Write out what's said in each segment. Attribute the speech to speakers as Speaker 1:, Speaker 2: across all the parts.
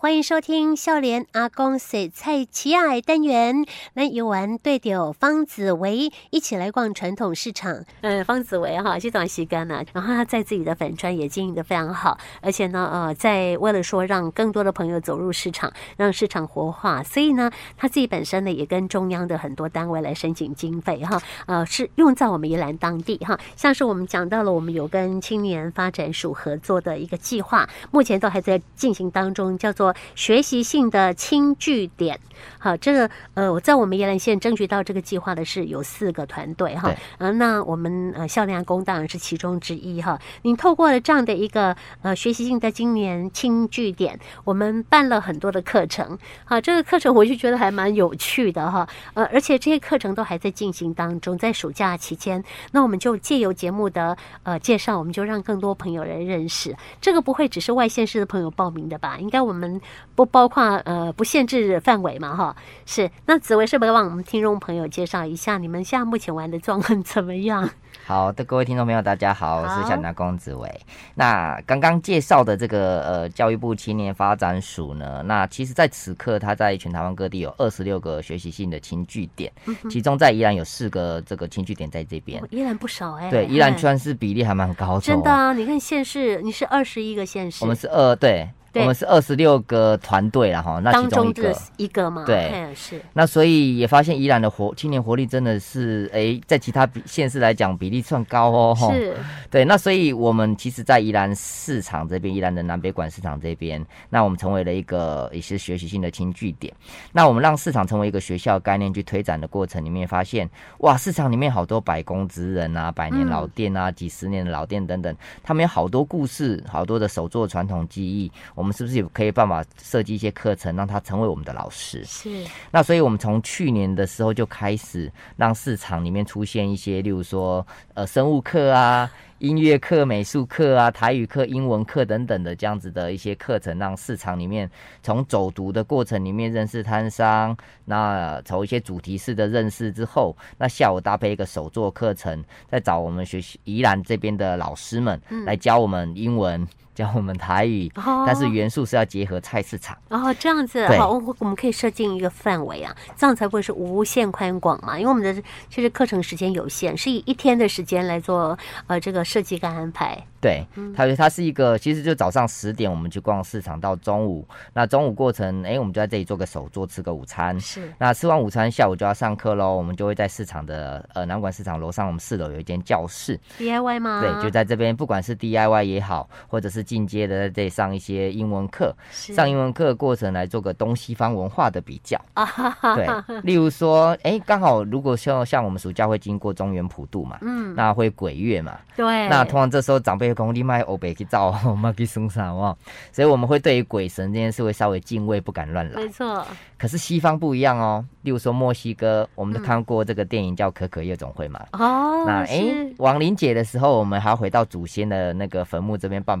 Speaker 1: 欢迎收听笑莲阿公水菜奇爱单元。那游玩对友方子维一起来逛传统市场。嗯，方子维啊哈，这段时间呢，然后他在自己的粉川也经营的非常好，而且呢，呃，在为了说让更多的朋友走入市场，让市场活化，所以呢，他自己本身呢也跟中央的很多单位来申请经费哈，呃，是用在我们宜兰当地哈，像是我们讲到了，我们有跟青年发展署合作的一个计划，目前都还在进行当中，叫做学习性的轻据点。好，这个呃，我在我们宜兰县争取到这个计划的是有四个团队哈
Speaker 2: 对，
Speaker 1: 呃，那我们呃孝良宫当然是其中之一哈。您透过了这样的一个呃学习性的今年轻据点，我们办了很多的课程，好，这个课程我就觉得还蛮有趣的哈，呃，而且这些课程都还在进行当中，在暑假期间，那我们就借由节目的呃介绍，我们就让更多朋友来认识，这个不会只是外县市的朋友报名的吧？应该我们不包括呃不限制范围嘛哈？是，那紫薇是不是帮我们听众朋友介绍一下你们现在目前玩的状况怎么 样？
Speaker 2: 好的，各位听众朋友，大家好，我是
Speaker 1: 好
Speaker 2: 小南公子伟。那刚刚介绍的这个呃教育部青年发展署呢，那其实在此刻，它在全台湾各地有二十六个学习性的青据点，
Speaker 1: 嗯
Speaker 2: 其中在宜兰有四个这个青据点在这边
Speaker 1: 哦。依然不少哎、
Speaker 2: 对，宜兰
Speaker 1: 哎
Speaker 2: 算是比例还蛮高的、哦，
Speaker 1: 真的啊！你看县市，你是二十一个县市，
Speaker 2: 我们是二对，
Speaker 1: 对
Speaker 2: 我们是二十六个团队啦哈，那其
Speaker 1: 当
Speaker 2: 中
Speaker 1: 中
Speaker 2: 一
Speaker 1: 的
Speaker 2: 个。
Speaker 1: 一个嘛？
Speaker 2: 对
Speaker 1: 哎是
Speaker 2: 那所以也发现宜兰的活青年活力真的是，哎，在其他比县市来讲比例算高哦。吼
Speaker 1: 是，
Speaker 2: 对，那所以我们其实，在宜兰市场这边，宜兰的南北馆市场这边，那我们成为了一个也是学习性的新据点。那我们让市场成为一个学校概念去推展的过程里面，发现哇，市场里面好多百工职人啊、百年老店啊、几十年的老店等等，他们有好多故事，好多的手作传统技艺。我们是不是有可以办法设计一些课程，让他成为我们的老师？
Speaker 1: 是
Speaker 2: 那所以我们从去年的时候就开始让市场里面出现一些，例如说呃生物课啊、 音乐课、美术课啊、台语课、英文课等等的这样子的一些课程，让市场里面从走读的过程里面认识摊商，那呃从一些主题式的认识之后，那下午搭配一个手作课程，再找我们学习宜兰这边的老师们来教我们英文，教我们台语。
Speaker 1: 哦，
Speaker 2: 但是元素是要结合菜市场，
Speaker 1: 哦，这样子
Speaker 2: 对
Speaker 1: 好，我我们可以设定一个范围啊，这样才不会是无限宽广嘛。因为我们的其实课程时间有限，是以一天的时间来做呃这个设计跟安排。
Speaker 2: 对，
Speaker 1: 嗯
Speaker 2: 它它是一个，其实就早上十点我们去逛市场，到中午，那中午过程，哎，我们就在这里做个手作，吃个午餐。
Speaker 1: 是
Speaker 2: 那吃完午餐，下午就要上课喽，我们就会在市场的呃南馆市场楼上，我们四楼有一间教室，
Speaker 1: DIY 吗？
Speaker 2: 对，就在这边，不管是 DIY 也好，或者是进阶的，在这里上一些英文课，
Speaker 1: 是
Speaker 2: 上英文课的过程来做个东西方文化的比较。
Speaker 1: 啊哈哈
Speaker 2: 对，例如说，哎，刚好如果像像我们暑假会经过中原普渡嘛，嗯，那会鬼月嘛，
Speaker 1: 对，
Speaker 2: 那通常这时候长辈会讲，你卖欧北去造， 我们去送上哦。所以我们会对于鬼神这件事会稍微敬畏，不敢乱来
Speaker 1: 没。错，
Speaker 2: 可是西方不一样哦，例如说墨西哥，我们都看过这个电影叫《可可夜总会》嘛。
Speaker 1: 嗯哦，
Speaker 2: 那
Speaker 1: 是
Speaker 2: 诶，亡灵节的时候，我们还要回到祖先的那个坟墓这边办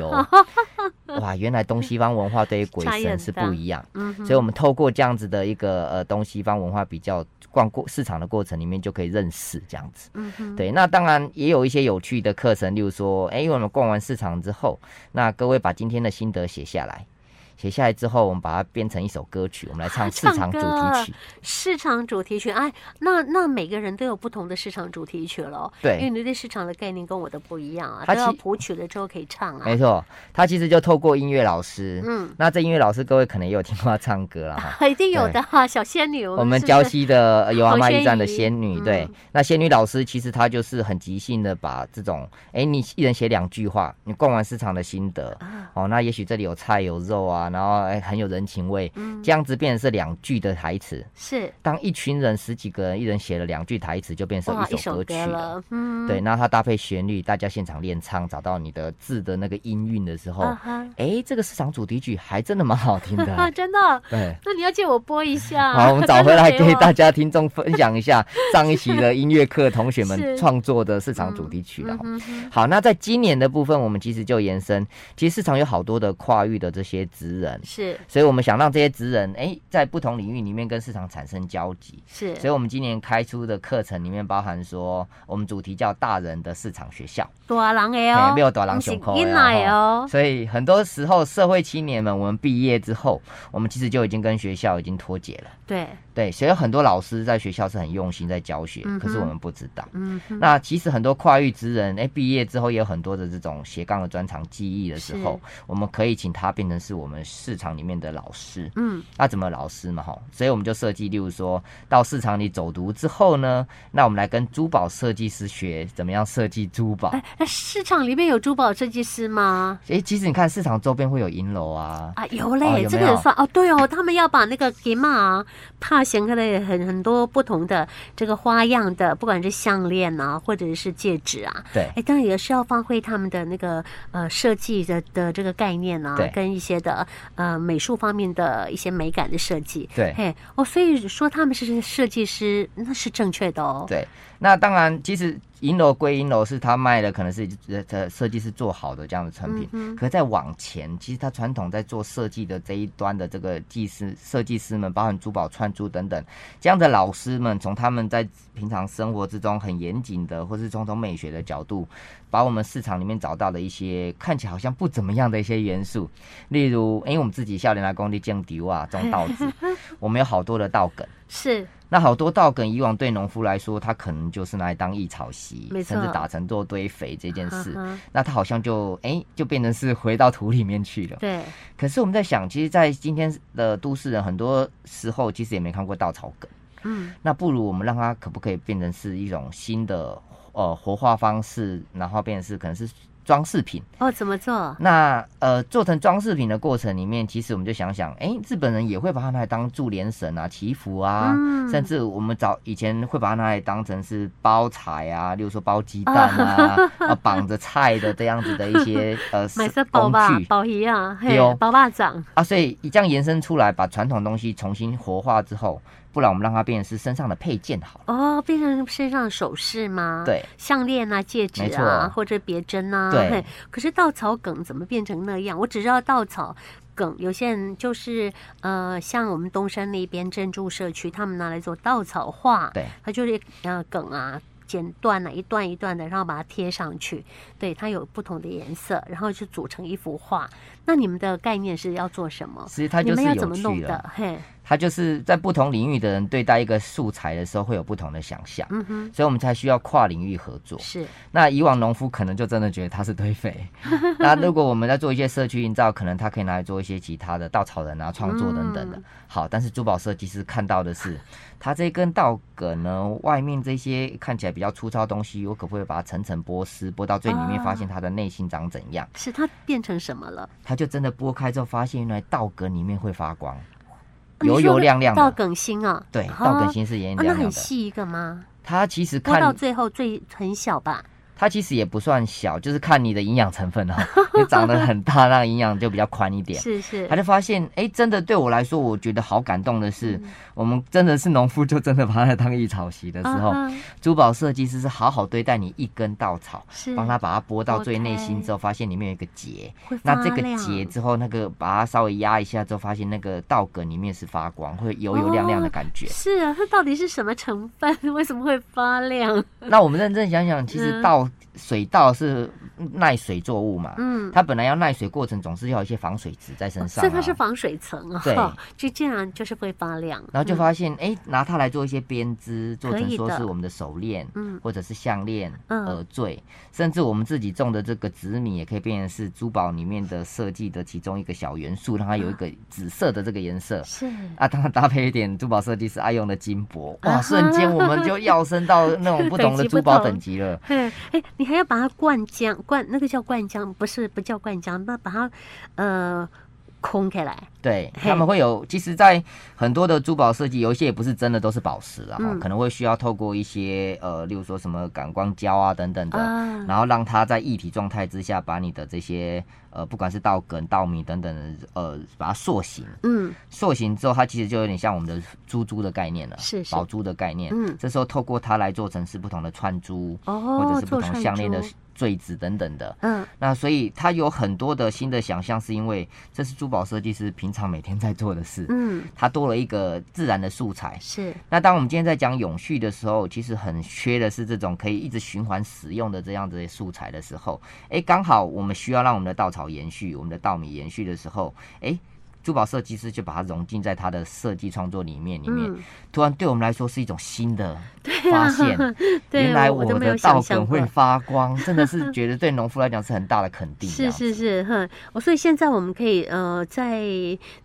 Speaker 2: 哦。哇，原来东西方文化对于鬼
Speaker 1: 差异很
Speaker 2: 神是
Speaker 1: 大
Speaker 2: 不一样，
Speaker 1: 嗯
Speaker 2: 所以我们透过这样子的一个呃东西方文化比较逛过市场的过程里面，就可以认识这样子。
Speaker 1: 嗯哼，
Speaker 2: 对，那当然也有一些有趣的课程，例如说，哎，因为我们逛完市场之后，那各位把今天的心得写下来，写下来之后，我们把它编成一首歌曲，我们来唱市场主题曲。
Speaker 1: 市场主题曲，哎，那那每个人都有不同的市场主题曲喽。因为
Speaker 2: 对，
Speaker 1: 你对市场的概念跟我的不一样啊，
Speaker 2: 它
Speaker 1: 都
Speaker 2: 其
Speaker 1: 要谱曲了之后可以唱啊。
Speaker 2: 没错，他其实就透过音乐老师，
Speaker 1: 嗯，
Speaker 2: 那这音乐老师各位可能也有听过他唱歌了 哈。
Speaker 1: 一定有的哈，小仙女，
Speaker 2: 哎我们
Speaker 1: 是不
Speaker 2: 礁
Speaker 1: 是
Speaker 2: 溪的呃有阿妈
Speaker 1: 黄轩
Speaker 2: 驿站的
Speaker 1: 怡
Speaker 2: 仙女，
Speaker 1: 嗯
Speaker 2: 对，那仙女老师其实她就是很即兴的把这种，哎，你一人写两句话，你逛完市场的心得，
Speaker 1: 啊
Speaker 2: 哦，那也许这里有菜有肉啊，然后哎很有人情味，
Speaker 1: 嗯
Speaker 2: 这样子变成是两句的台词。
Speaker 1: 是
Speaker 2: 当一群人十几个人，一人写了两句台词，就变成
Speaker 1: 哇，一
Speaker 2: 一首
Speaker 1: 首
Speaker 2: 歌曲
Speaker 1: 歌
Speaker 2: 了。
Speaker 1: 了，嗯，
Speaker 2: 对，那它搭配旋律，大家现场练唱，找到你的字的那个音韵的时候，
Speaker 1: 啊哈，
Speaker 2: 哎、这个市场主题曲还真的蛮好听的、
Speaker 1: 啊，真的，
Speaker 2: 对，
Speaker 1: 那你要借我播一下。
Speaker 2: 好，我们找回来给大
Speaker 1: 家。
Speaker 2: 家听众分享一 下上一期的音乐课同学
Speaker 1: 是
Speaker 2: 们创作的市场主题曲了。
Speaker 1: 嗯哼
Speaker 2: 好，那在今年的部分，我们其实就延伸，其实市场有好多的跨域的这些职职人，
Speaker 1: 是
Speaker 2: 所以我们想让这些职人哎在不同领域里面跟市场产生交集。
Speaker 1: 是，
Speaker 2: 所以，我们今年开出的课程里面包含说，我们主题叫“大人的市场学校
Speaker 1: 大人的”，
Speaker 2: 哎
Speaker 1: 哦，
Speaker 2: 没有大人
Speaker 1: 不是
Speaker 2: 胸口
Speaker 1: 囡仔的哦，
Speaker 2: 所以很多时候，社会青年们，我们毕业之后，我们其实就已经跟学校已经脱节了。
Speaker 1: 对，
Speaker 2: 对，所以有很多老师在学校是很用心在教学，
Speaker 1: 嗯哼
Speaker 2: 可是我们不知道。
Speaker 1: 嗯哼，
Speaker 2: 那其实很多跨域职人，哎，毕业之后也有很多的这种斜杠的专长技艺的时候，我们可以请他变成是我们市场里面的老师。
Speaker 1: 嗯，
Speaker 2: 那怎么老师嘛哈？所以我们就设计，例如说到市场里走读之后呢，那我们来跟珠宝设计师学怎么样设计珠宝。
Speaker 1: 哎，那市场里面有珠宝设计师吗？
Speaker 2: 哎，其实你看市场周边会有银楼啊，
Speaker 1: 啊，有
Speaker 2: 哦有
Speaker 1: 嘞，
Speaker 2: 没有
Speaker 1: 这个算哦，对哦，他们要把那个给嘛啊，怕显开的很很多不同的这个花样的，不管是项链呐，或者是戒指啊，
Speaker 2: 对
Speaker 1: 哎，当然也是要发挥他们的那个呃设计的的这个概念啊
Speaker 2: 对，
Speaker 1: 跟一些的呃美术方面的一些美感的设计。
Speaker 2: 对
Speaker 1: 嘿，哦，所以说他们是设计师，那是正确的哦。
Speaker 2: 对。那当然，其实银楼归银楼，是他卖的可能是呃呃设计师做好的这样的成品。
Speaker 1: 嗯
Speaker 2: 可是再往前，其实他传统在做设计的这一端的这个技师、设计师们，包含珠宝串珠等等这样的老师们，从他们在平常生活之中很严谨的，或是从从美学的角度，把我们市场里面找到的一些看起来好像不怎么样的一些元素，例如，因为我们自己笑脸来工地建丢啊，种稻 子，我们有好多的稻梗。
Speaker 1: 是
Speaker 2: 那好多稻梗，以往对农夫来说，它可能就是拿来当益草席
Speaker 1: 没，错
Speaker 2: 甚至打成做堆肥这件事。
Speaker 1: 嗯哼
Speaker 2: 那它好像就哎、就变成是回到土里面去了。
Speaker 1: 对，
Speaker 2: 可是我们在想，其实，在今天的都市人，很多时候其实也没看过稻草梗。
Speaker 1: 嗯，
Speaker 2: 那不如我们让它可不可以变成是一种新的呃活化方式，然后变成是可能是装饰品。
Speaker 1: 哦，怎么做？
Speaker 2: 那呃，做成装饰品的过程里面，其实我们就想想，哎，日本人也会把它拿来当驻联绳啊、祈福啊，
Speaker 1: 嗯
Speaker 2: 甚至我们早以前会把它拿来当成是包柴啊，例如说包
Speaker 1: 哦
Speaker 2: 鸡蛋啊， 啊绑着菜的这样子的一些呃
Speaker 1: 买色包
Speaker 2: 工
Speaker 1: 吧，
Speaker 2: 具
Speaker 1: 包一样，嘿
Speaker 2: 对哦，
Speaker 1: 包巴掌，
Speaker 2: 啊，所以这样延伸出来，把传统东西重新活化之后，不然我们让它变成是身上的配件好了。
Speaker 1: 哦，变成身上首饰吗？，
Speaker 2: 对，
Speaker 1: 项链啊、戒指
Speaker 2: 没
Speaker 1: 啊
Speaker 2: 错，
Speaker 1: 或者别针啊。
Speaker 2: 对
Speaker 1: 嘿。可是稻草梗怎么变成那样？我只知道稻草梗，有些人就是呃，像我们东山那边珍珠社区，他们拿来做稻草画，
Speaker 2: 对，
Speaker 1: 它就是呃梗啊。剪断了、一段一段的，然后把它贴上去，对，它有不同的颜色，然后就组成一幅画。那你们的概念是要做什么？
Speaker 2: 其实它
Speaker 1: 哦你
Speaker 2: 就
Speaker 1: 们
Speaker 2: 是
Speaker 1: 要
Speaker 2: 有
Speaker 1: 怎么弄
Speaker 2: 趣了。
Speaker 1: 的？嘿，
Speaker 2: 它就是在不同领域的人对待一个素材的时候，会有不同的想象。
Speaker 1: 嗯哼，
Speaker 2: 所以我们才需要跨领域合作。
Speaker 1: 是
Speaker 2: 那以往农夫可能就真的觉得它是 堆肥，那如果我们在做一些社区营造，可能它可以拿来做一些其他的稻草人啊、创作等等的。
Speaker 1: 嗯
Speaker 2: 好，但是珠宝设计师看到的是，它这根稻梗呢，外面这些看起来比较粗糙的东西，我可不可以把它层层剥丝，剥到最里面，
Speaker 1: 啊
Speaker 2: 发现它的内心长怎样？
Speaker 1: 是，它变成什么了？
Speaker 2: 它就真的剥开之后，发现原来稻梗里面会发光，
Speaker 1: 哦你
Speaker 2: 油
Speaker 1: 说
Speaker 2: 油
Speaker 1: 的
Speaker 2: 亮亮
Speaker 1: 稻
Speaker 2: 的。
Speaker 1: 梗心啊，
Speaker 2: 对，
Speaker 1: 啊
Speaker 2: 稻梗心是
Speaker 1: 啊
Speaker 2: 圆圆
Speaker 1: 那
Speaker 2: 亮
Speaker 1: 很
Speaker 2: 亮的。
Speaker 1: 细一个吗？
Speaker 2: 它其实
Speaker 1: 播
Speaker 2: 看
Speaker 1: 到最后最很小吧？
Speaker 2: 它其实也不算小，就是看你的营养成分哦。 你长得很大，那营养就比较宽一点。
Speaker 1: 是是
Speaker 2: 他，就发现，哎，真的对我来说，我觉得好感动的是，
Speaker 1: 嗯
Speaker 2: 我们真的是农夫，就真的把它当一草席的时候，
Speaker 1: 啊哈
Speaker 2: 珠宝设计师是好好对待你一根稻草，
Speaker 1: 是
Speaker 2: 帮他把它拨到
Speaker 1: 剥
Speaker 2: 最内心
Speaker 1: 开
Speaker 2: 之后，发现里面有一个结，
Speaker 1: 会
Speaker 2: 那
Speaker 1: 发
Speaker 2: 这个
Speaker 1: 亮
Speaker 2: 结之后，那个把它稍微压一下之后，发现那个稻梗里面是发光，会油
Speaker 1: 哦
Speaker 2: 油亮亮的感觉。
Speaker 1: 是啊，它到底是什么成分？为什么会发亮？
Speaker 2: 那我们认真想想，其实
Speaker 1: 嗯
Speaker 2: 稻、水稻是耐水作物嘛，
Speaker 1: 嗯，哦
Speaker 2: 它本来要耐水过程，总是要有一些防水质在身上、啊。
Speaker 1: 所以它是防水层啊、
Speaker 2: 对
Speaker 1: 哦， 就这样就是会发亮。
Speaker 2: 然后就发现，哎、拿它来做一些编织，做
Speaker 1: 可
Speaker 2: 成
Speaker 1: 以
Speaker 2: 说
Speaker 1: 的
Speaker 2: 是我们的手链，
Speaker 1: 嗯
Speaker 2: 或者是项链、
Speaker 1: 嗯
Speaker 2: 耳坠，甚至我们自己种的这个紫米，也可以变成是珠宝里面的设计的其中一个小元素，让它有一个紫色的这个 颜色。
Speaker 1: 是
Speaker 2: 啊，当然搭配一点珠宝设计师爱用的金箔，
Speaker 1: 啊
Speaker 2: 哇，
Speaker 1: 哈
Speaker 2: 瞬间我们就要升到那种不同
Speaker 1: 等
Speaker 2: 的
Speaker 1: 级不
Speaker 2: 珠宝
Speaker 1: 同
Speaker 2: 等级了。
Speaker 1: 嘿，哎，你还要把它灌浆，灌那个叫灌浆，不是不叫灌浆，那把它呃空开来，
Speaker 2: 对，
Speaker 1: 嘿
Speaker 2: 他们会有，其实，在很多的珠宝设计，有一些也不是真的都是宝石啊，
Speaker 1: 嗯
Speaker 2: 可能会需要透过一些呃，例如说什么感光胶啊等等的，
Speaker 1: 啊
Speaker 2: 然后让它在液体状态之下，把你的这些呃，不管是稻梗、稻米等等的，呃，把它塑形。
Speaker 1: 嗯，
Speaker 2: 塑形之后，它其实就有点像我们的珠珠的概念了，
Speaker 1: 是是
Speaker 2: 宝珠的概念。
Speaker 1: 嗯
Speaker 2: 这时候透过它来做成是不同的串珠，
Speaker 1: 哦
Speaker 2: 或者是不
Speaker 1: 做
Speaker 2: 同
Speaker 1: 串
Speaker 2: 项链的
Speaker 1: 珠
Speaker 2: 坠子等等的。
Speaker 1: 嗯，
Speaker 2: 那所以他有很多的新的想象，是因为这是珠宝设计师平常每天在做的事。
Speaker 1: 嗯，
Speaker 2: 它多了一个自然的素材。
Speaker 1: 是，
Speaker 2: 那当我们今天在讲永续的时候，其实很缺的是这种可以一直循环使用的这样子的素材的时候，哎，刚好我们需要让我们的稻草延续，我们的稻米延续的时候，哎，珠宝设计师就把它融进在他的设计创作里面，里面、
Speaker 1: 嗯，
Speaker 2: 突然对我们来说是一种新的
Speaker 1: 啊
Speaker 2: 发现。
Speaker 1: 对
Speaker 2: 原来
Speaker 1: 我
Speaker 2: 我
Speaker 1: 都没有
Speaker 2: 的
Speaker 1: 想
Speaker 2: 稻
Speaker 1: 象
Speaker 2: 梗会
Speaker 1: 过
Speaker 2: 发光，真的是觉得对农夫来讲是很大的肯定。啊这
Speaker 1: 是
Speaker 2: 样子
Speaker 1: 是是，哼，我所以现在我们可以呃，在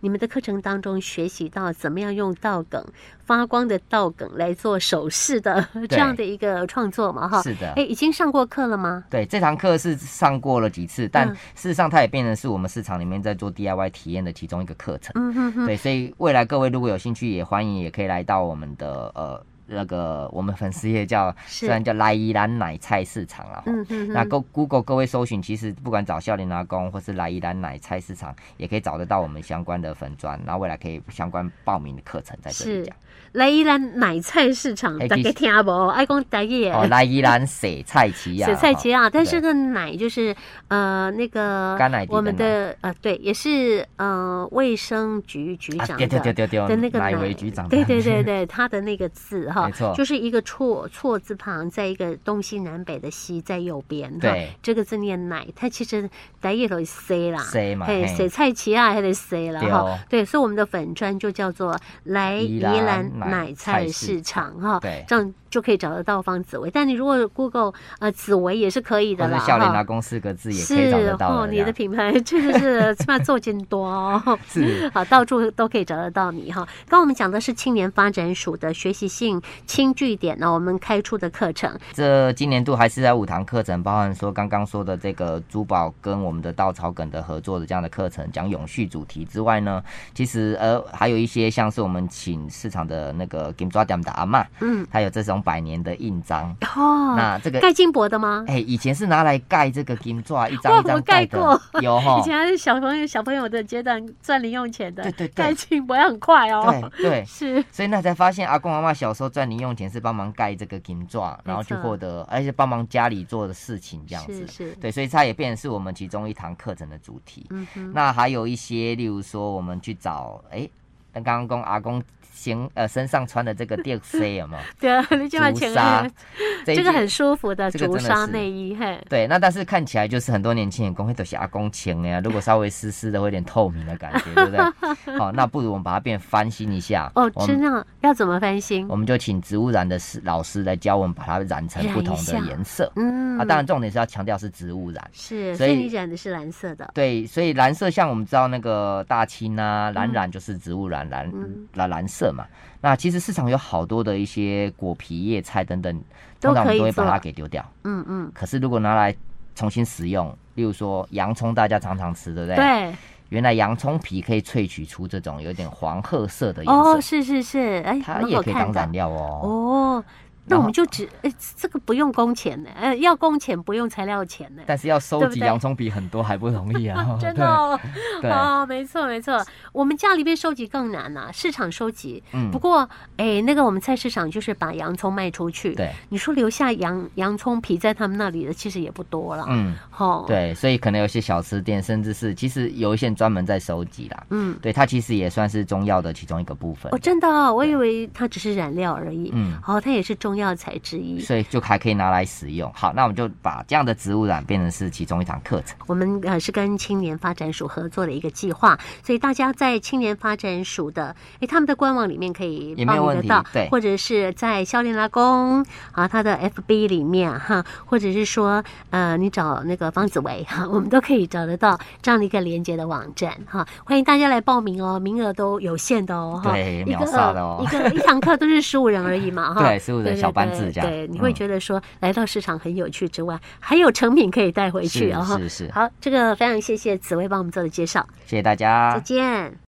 Speaker 1: 你们的课程当中学习到怎么样用稻梗发光的稻梗来做首饰的 这样的一个创作嘛，哈。
Speaker 2: 是的
Speaker 1: 哎，已经上过课了吗？
Speaker 2: 对，这堂课是上过了几次，但
Speaker 1: 嗯
Speaker 2: 事实上它也变成是我们市场里面在做 DIY 体验的其中一个课程。
Speaker 1: 嗯哼哼，
Speaker 2: 对，所以未来各位如果有兴趣，也欢迎也可以来到我们的呃那个我们粉丝页叫
Speaker 1: 是
Speaker 2: 虽然叫莱伊兰奶菜市场啦。
Speaker 1: 嗯哼哼，
Speaker 2: 那 Go Google 各位搜寻，其实不管找笑脸阿公或是莱伊兰奶菜市场，也可以找得到我们相关的粉砖，然后未来可以相关报名的课程在这
Speaker 1: 是
Speaker 2: 里讲。
Speaker 1: 来宜兰奶菜市场，
Speaker 2: 哎
Speaker 1: 大
Speaker 2: 其
Speaker 1: 家
Speaker 2: 实
Speaker 1: 听无？爱讲台语
Speaker 2: 哦，
Speaker 1: 的，
Speaker 2: 莱伊兰水菜哦奇亚，
Speaker 1: 写菜奇啊，但
Speaker 2: 对
Speaker 1: 是个奶就是呃那个
Speaker 2: 甘乃迪的
Speaker 1: 我们的呃对，也是呃卫生局局
Speaker 2: 啊，
Speaker 1: 长
Speaker 2: 对对对
Speaker 1: 的。
Speaker 2: 对对，
Speaker 1: 的那个
Speaker 2: 奶
Speaker 1: 奶
Speaker 2: 为局长，
Speaker 1: 对对对对，他的那个字哈，
Speaker 2: 没错
Speaker 1: 就是一个错错字旁，在一个东西南北的西，在右边哈
Speaker 2: 对，
Speaker 1: 这个字念奶，它其实台语都是 C 啦，
Speaker 2: C 嘛
Speaker 1: 嘿
Speaker 2: 嘿
Speaker 1: C 菜奇啊，还得 C 啦
Speaker 2: 对
Speaker 1: 哈
Speaker 2: 哦，
Speaker 1: 对，所以我们的粉砖就叫做来宜
Speaker 2: 宜
Speaker 1: 兰
Speaker 2: 兰奶
Speaker 1: 奶菜
Speaker 2: 菜
Speaker 1: 市
Speaker 2: 市
Speaker 1: 场哈，
Speaker 2: 对
Speaker 1: 这样就可以找得到方紫薇。但你如果 Google 呃紫薇也是可以的
Speaker 2: 或
Speaker 1: 啦，
Speaker 2: 者哦笑脸
Speaker 1: 哈
Speaker 2: 拿公四个字也可以
Speaker 1: 是
Speaker 2: 找得到
Speaker 1: 哦，
Speaker 2: 的这
Speaker 1: 你
Speaker 2: 样，
Speaker 1: 的品牌真的是起码做金多哦。
Speaker 2: 是
Speaker 1: 好，到处都可以找得到你哈。刚我们讲的是青年发展署的学习性轻据点呢，我们开出的课程
Speaker 2: 这今年度还是在五堂课程，包含说刚刚说的这个珠宝跟我们的稻草梗的合作的这样的课程，讲永续主题之外呢，其实呃还有一些像是我们请市场的那个 Game 抓点的阿嬷，
Speaker 1: 嗯，
Speaker 2: 还有这种百年的印章，
Speaker 1: 哦。
Speaker 2: 那这个。
Speaker 1: 盖金箔的吗？
Speaker 2: 哎、以前是拿来盖这个金爪，一张一
Speaker 1: 我
Speaker 2: 张
Speaker 1: 盖
Speaker 2: 盖
Speaker 1: 过
Speaker 2: 的，有 哈
Speaker 1: 以，前还是小朋友小朋友的阶段赚零用钱的，
Speaker 2: 哦对对对
Speaker 1: 盖金箔要很快哦。
Speaker 2: 对对，
Speaker 1: 是，
Speaker 2: 所以那才发现阿公阿妈小时候赚零用钱是帮忙盖这个金爪，然后去获得，而且帮忙家里做的事情这样子。
Speaker 1: 是是
Speaker 2: 对，所以它也变成是我们其中一堂课程的主题。
Speaker 1: 嗯哼，
Speaker 2: 那还有一些，例如说我们去找，哎、那刚刚公阿公先呃身上穿的这个 D C 有没有？
Speaker 1: 对啊， 你就把
Speaker 2: 竹
Speaker 1: 钱
Speaker 2: 纱，一
Speaker 1: 这个
Speaker 2: 件
Speaker 1: 很舒服的
Speaker 2: 这个
Speaker 1: 竹
Speaker 2: 真的
Speaker 1: 纱
Speaker 2: 是
Speaker 1: 内衣，嘿，
Speaker 2: 对，那但是看起来就是很多年轻人工会都是阿公情的呀，如果稍微湿湿的，会有点透明的感觉，对 不对？好，那不如我们把它变翻新一下。
Speaker 1: 哦，
Speaker 2: 我们
Speaker 1: 真的要怎么翻新
Speaker 2: 我？们就请植物染的师老师来教我们把它染成不同的颜色。
Speaker 1: 嗯，
Speaker 2: 啊，当然重点是要强调是植物染。
Speaker 1: 是，所
Speaker 2: 所
Speaker 1: 以
Speaker 2: 以
Speaker 1: 你染的是蓝色的，
Speaker 2: 对，所以蓝色像我们知道那个大青啊，蓝染就是植物染蓝
Speaker 1: 嗯
Speaker 2: 蓝蓝色嘛。那其实市场有好多的一些果皮、叶菜等等，
Speaker 1: 都
Speaker 2: 通常我
Speaker 1: 可以
Speaker 2: 们都会把
Speaker 1: 做
Speaker 2: 它给丢掉。
Speaker 1: 嗯嗯，
Speaker 2: 可是如果拿来重新使用，例如说洋葱，大家常常吃，对不对？。
Speaker 1: 对，
Speaker 2: 原来洋葱皮可以萃取出这种有点黄褐色的颜色，
Speaker 1: 哦，是是是，哎，
Speaker 2: 它
Speaker 1: 蛮
Speaker 2: 也
Speaker 1: 好
Speaker 2: 可以当
Speaker 1: 看
Speaker 2: 染
Speaker 1: 的，
Speaker 2: 料啊
Speaker 1: 哦。那
Speaker 2: 然
Speaker 1: 我
Speaker 2: 后
Speaker 1: 们就只，哎，这个不用工钱呢，呃，要工钱不用材料钱呢，
Speaker 2: 但是要收
Speaker 1: 对不
Speaker 2: 集
Speaker 1: 对，
Speaker 2: 洋葱皮很多还不容易 啊
Speaker 1: 真的哦，
Speaker 2: 哦 对
Speaker 1: 哦，没错没错，我们家里面收集更难呐，市场收集，
Speaker 2: 嗯
Speaker 1: 不过哎，那个我们菜市场就是把洋葱卖出去，
Speaker 2: 对，对，
Speaker 1: 你说留下洋洋葱皮在他们那里的其实也不多了，
Speaker 2: 嗯，
Speaker 1: 哦，，
Speaker 2: 对，所以可能有些小吃店，甚至是其实有一些人专门在收集啦，
Speaker 1: 嗯，
Speaker 2: 对，它其实也算是中药的其中一个部分
Speaker 1: 哦，，真的哦，我以为它只是染料而已，
Speaker 2: 嗯，
Speaker 1: 哦，它也是中药材之一，
Speaker 2: 所以就还可以拿来使用。好，那我们就把这样的植物染变成是其中一堂课程。
Speaker 1: 我们呃是跟青年发展署合作的一个计划，所以大家在青年发展署的诶他们的官网里面可以
Speaker 2: 也没有
Speaker 1: 报名
Speaker 2: 问
Speaker 1: 得
Speaker 2: 题
Speaker 1: 到，
Speaker 2: 对
Speaker 1: 或者是在肖莲拉宫啊他的 FB 里面哈，或者是说呃你找那个方子维哈，我们都可以找得到这样的一个连接的网站哈，欢迎大家来报名哦，名额都有限的哦哈，
Speaker 2: 对
Speaker 1: 一个
Speaker 2: 秒杀的哦
Speaker 1: 一个一堂课都是十五人而已 嘛哈，
Speaker 2: 对15人
Speaker 1: 对对
Speaker 2: 小班制这样
Speaker 1: 对，你会
Speaker 2: 嗯
Speaker 1: 觉得说来到市场很有趣之外，还有成品可以带回去
Speaker 2: 是
Speaker 1: 哦哈。
Speaker 2: 是是，
Speaker 1: 好，这个非常谢谢紫薇帮我们做的介绍，
Speaker 2: 谢谢大家，
Speaker 1: 再见。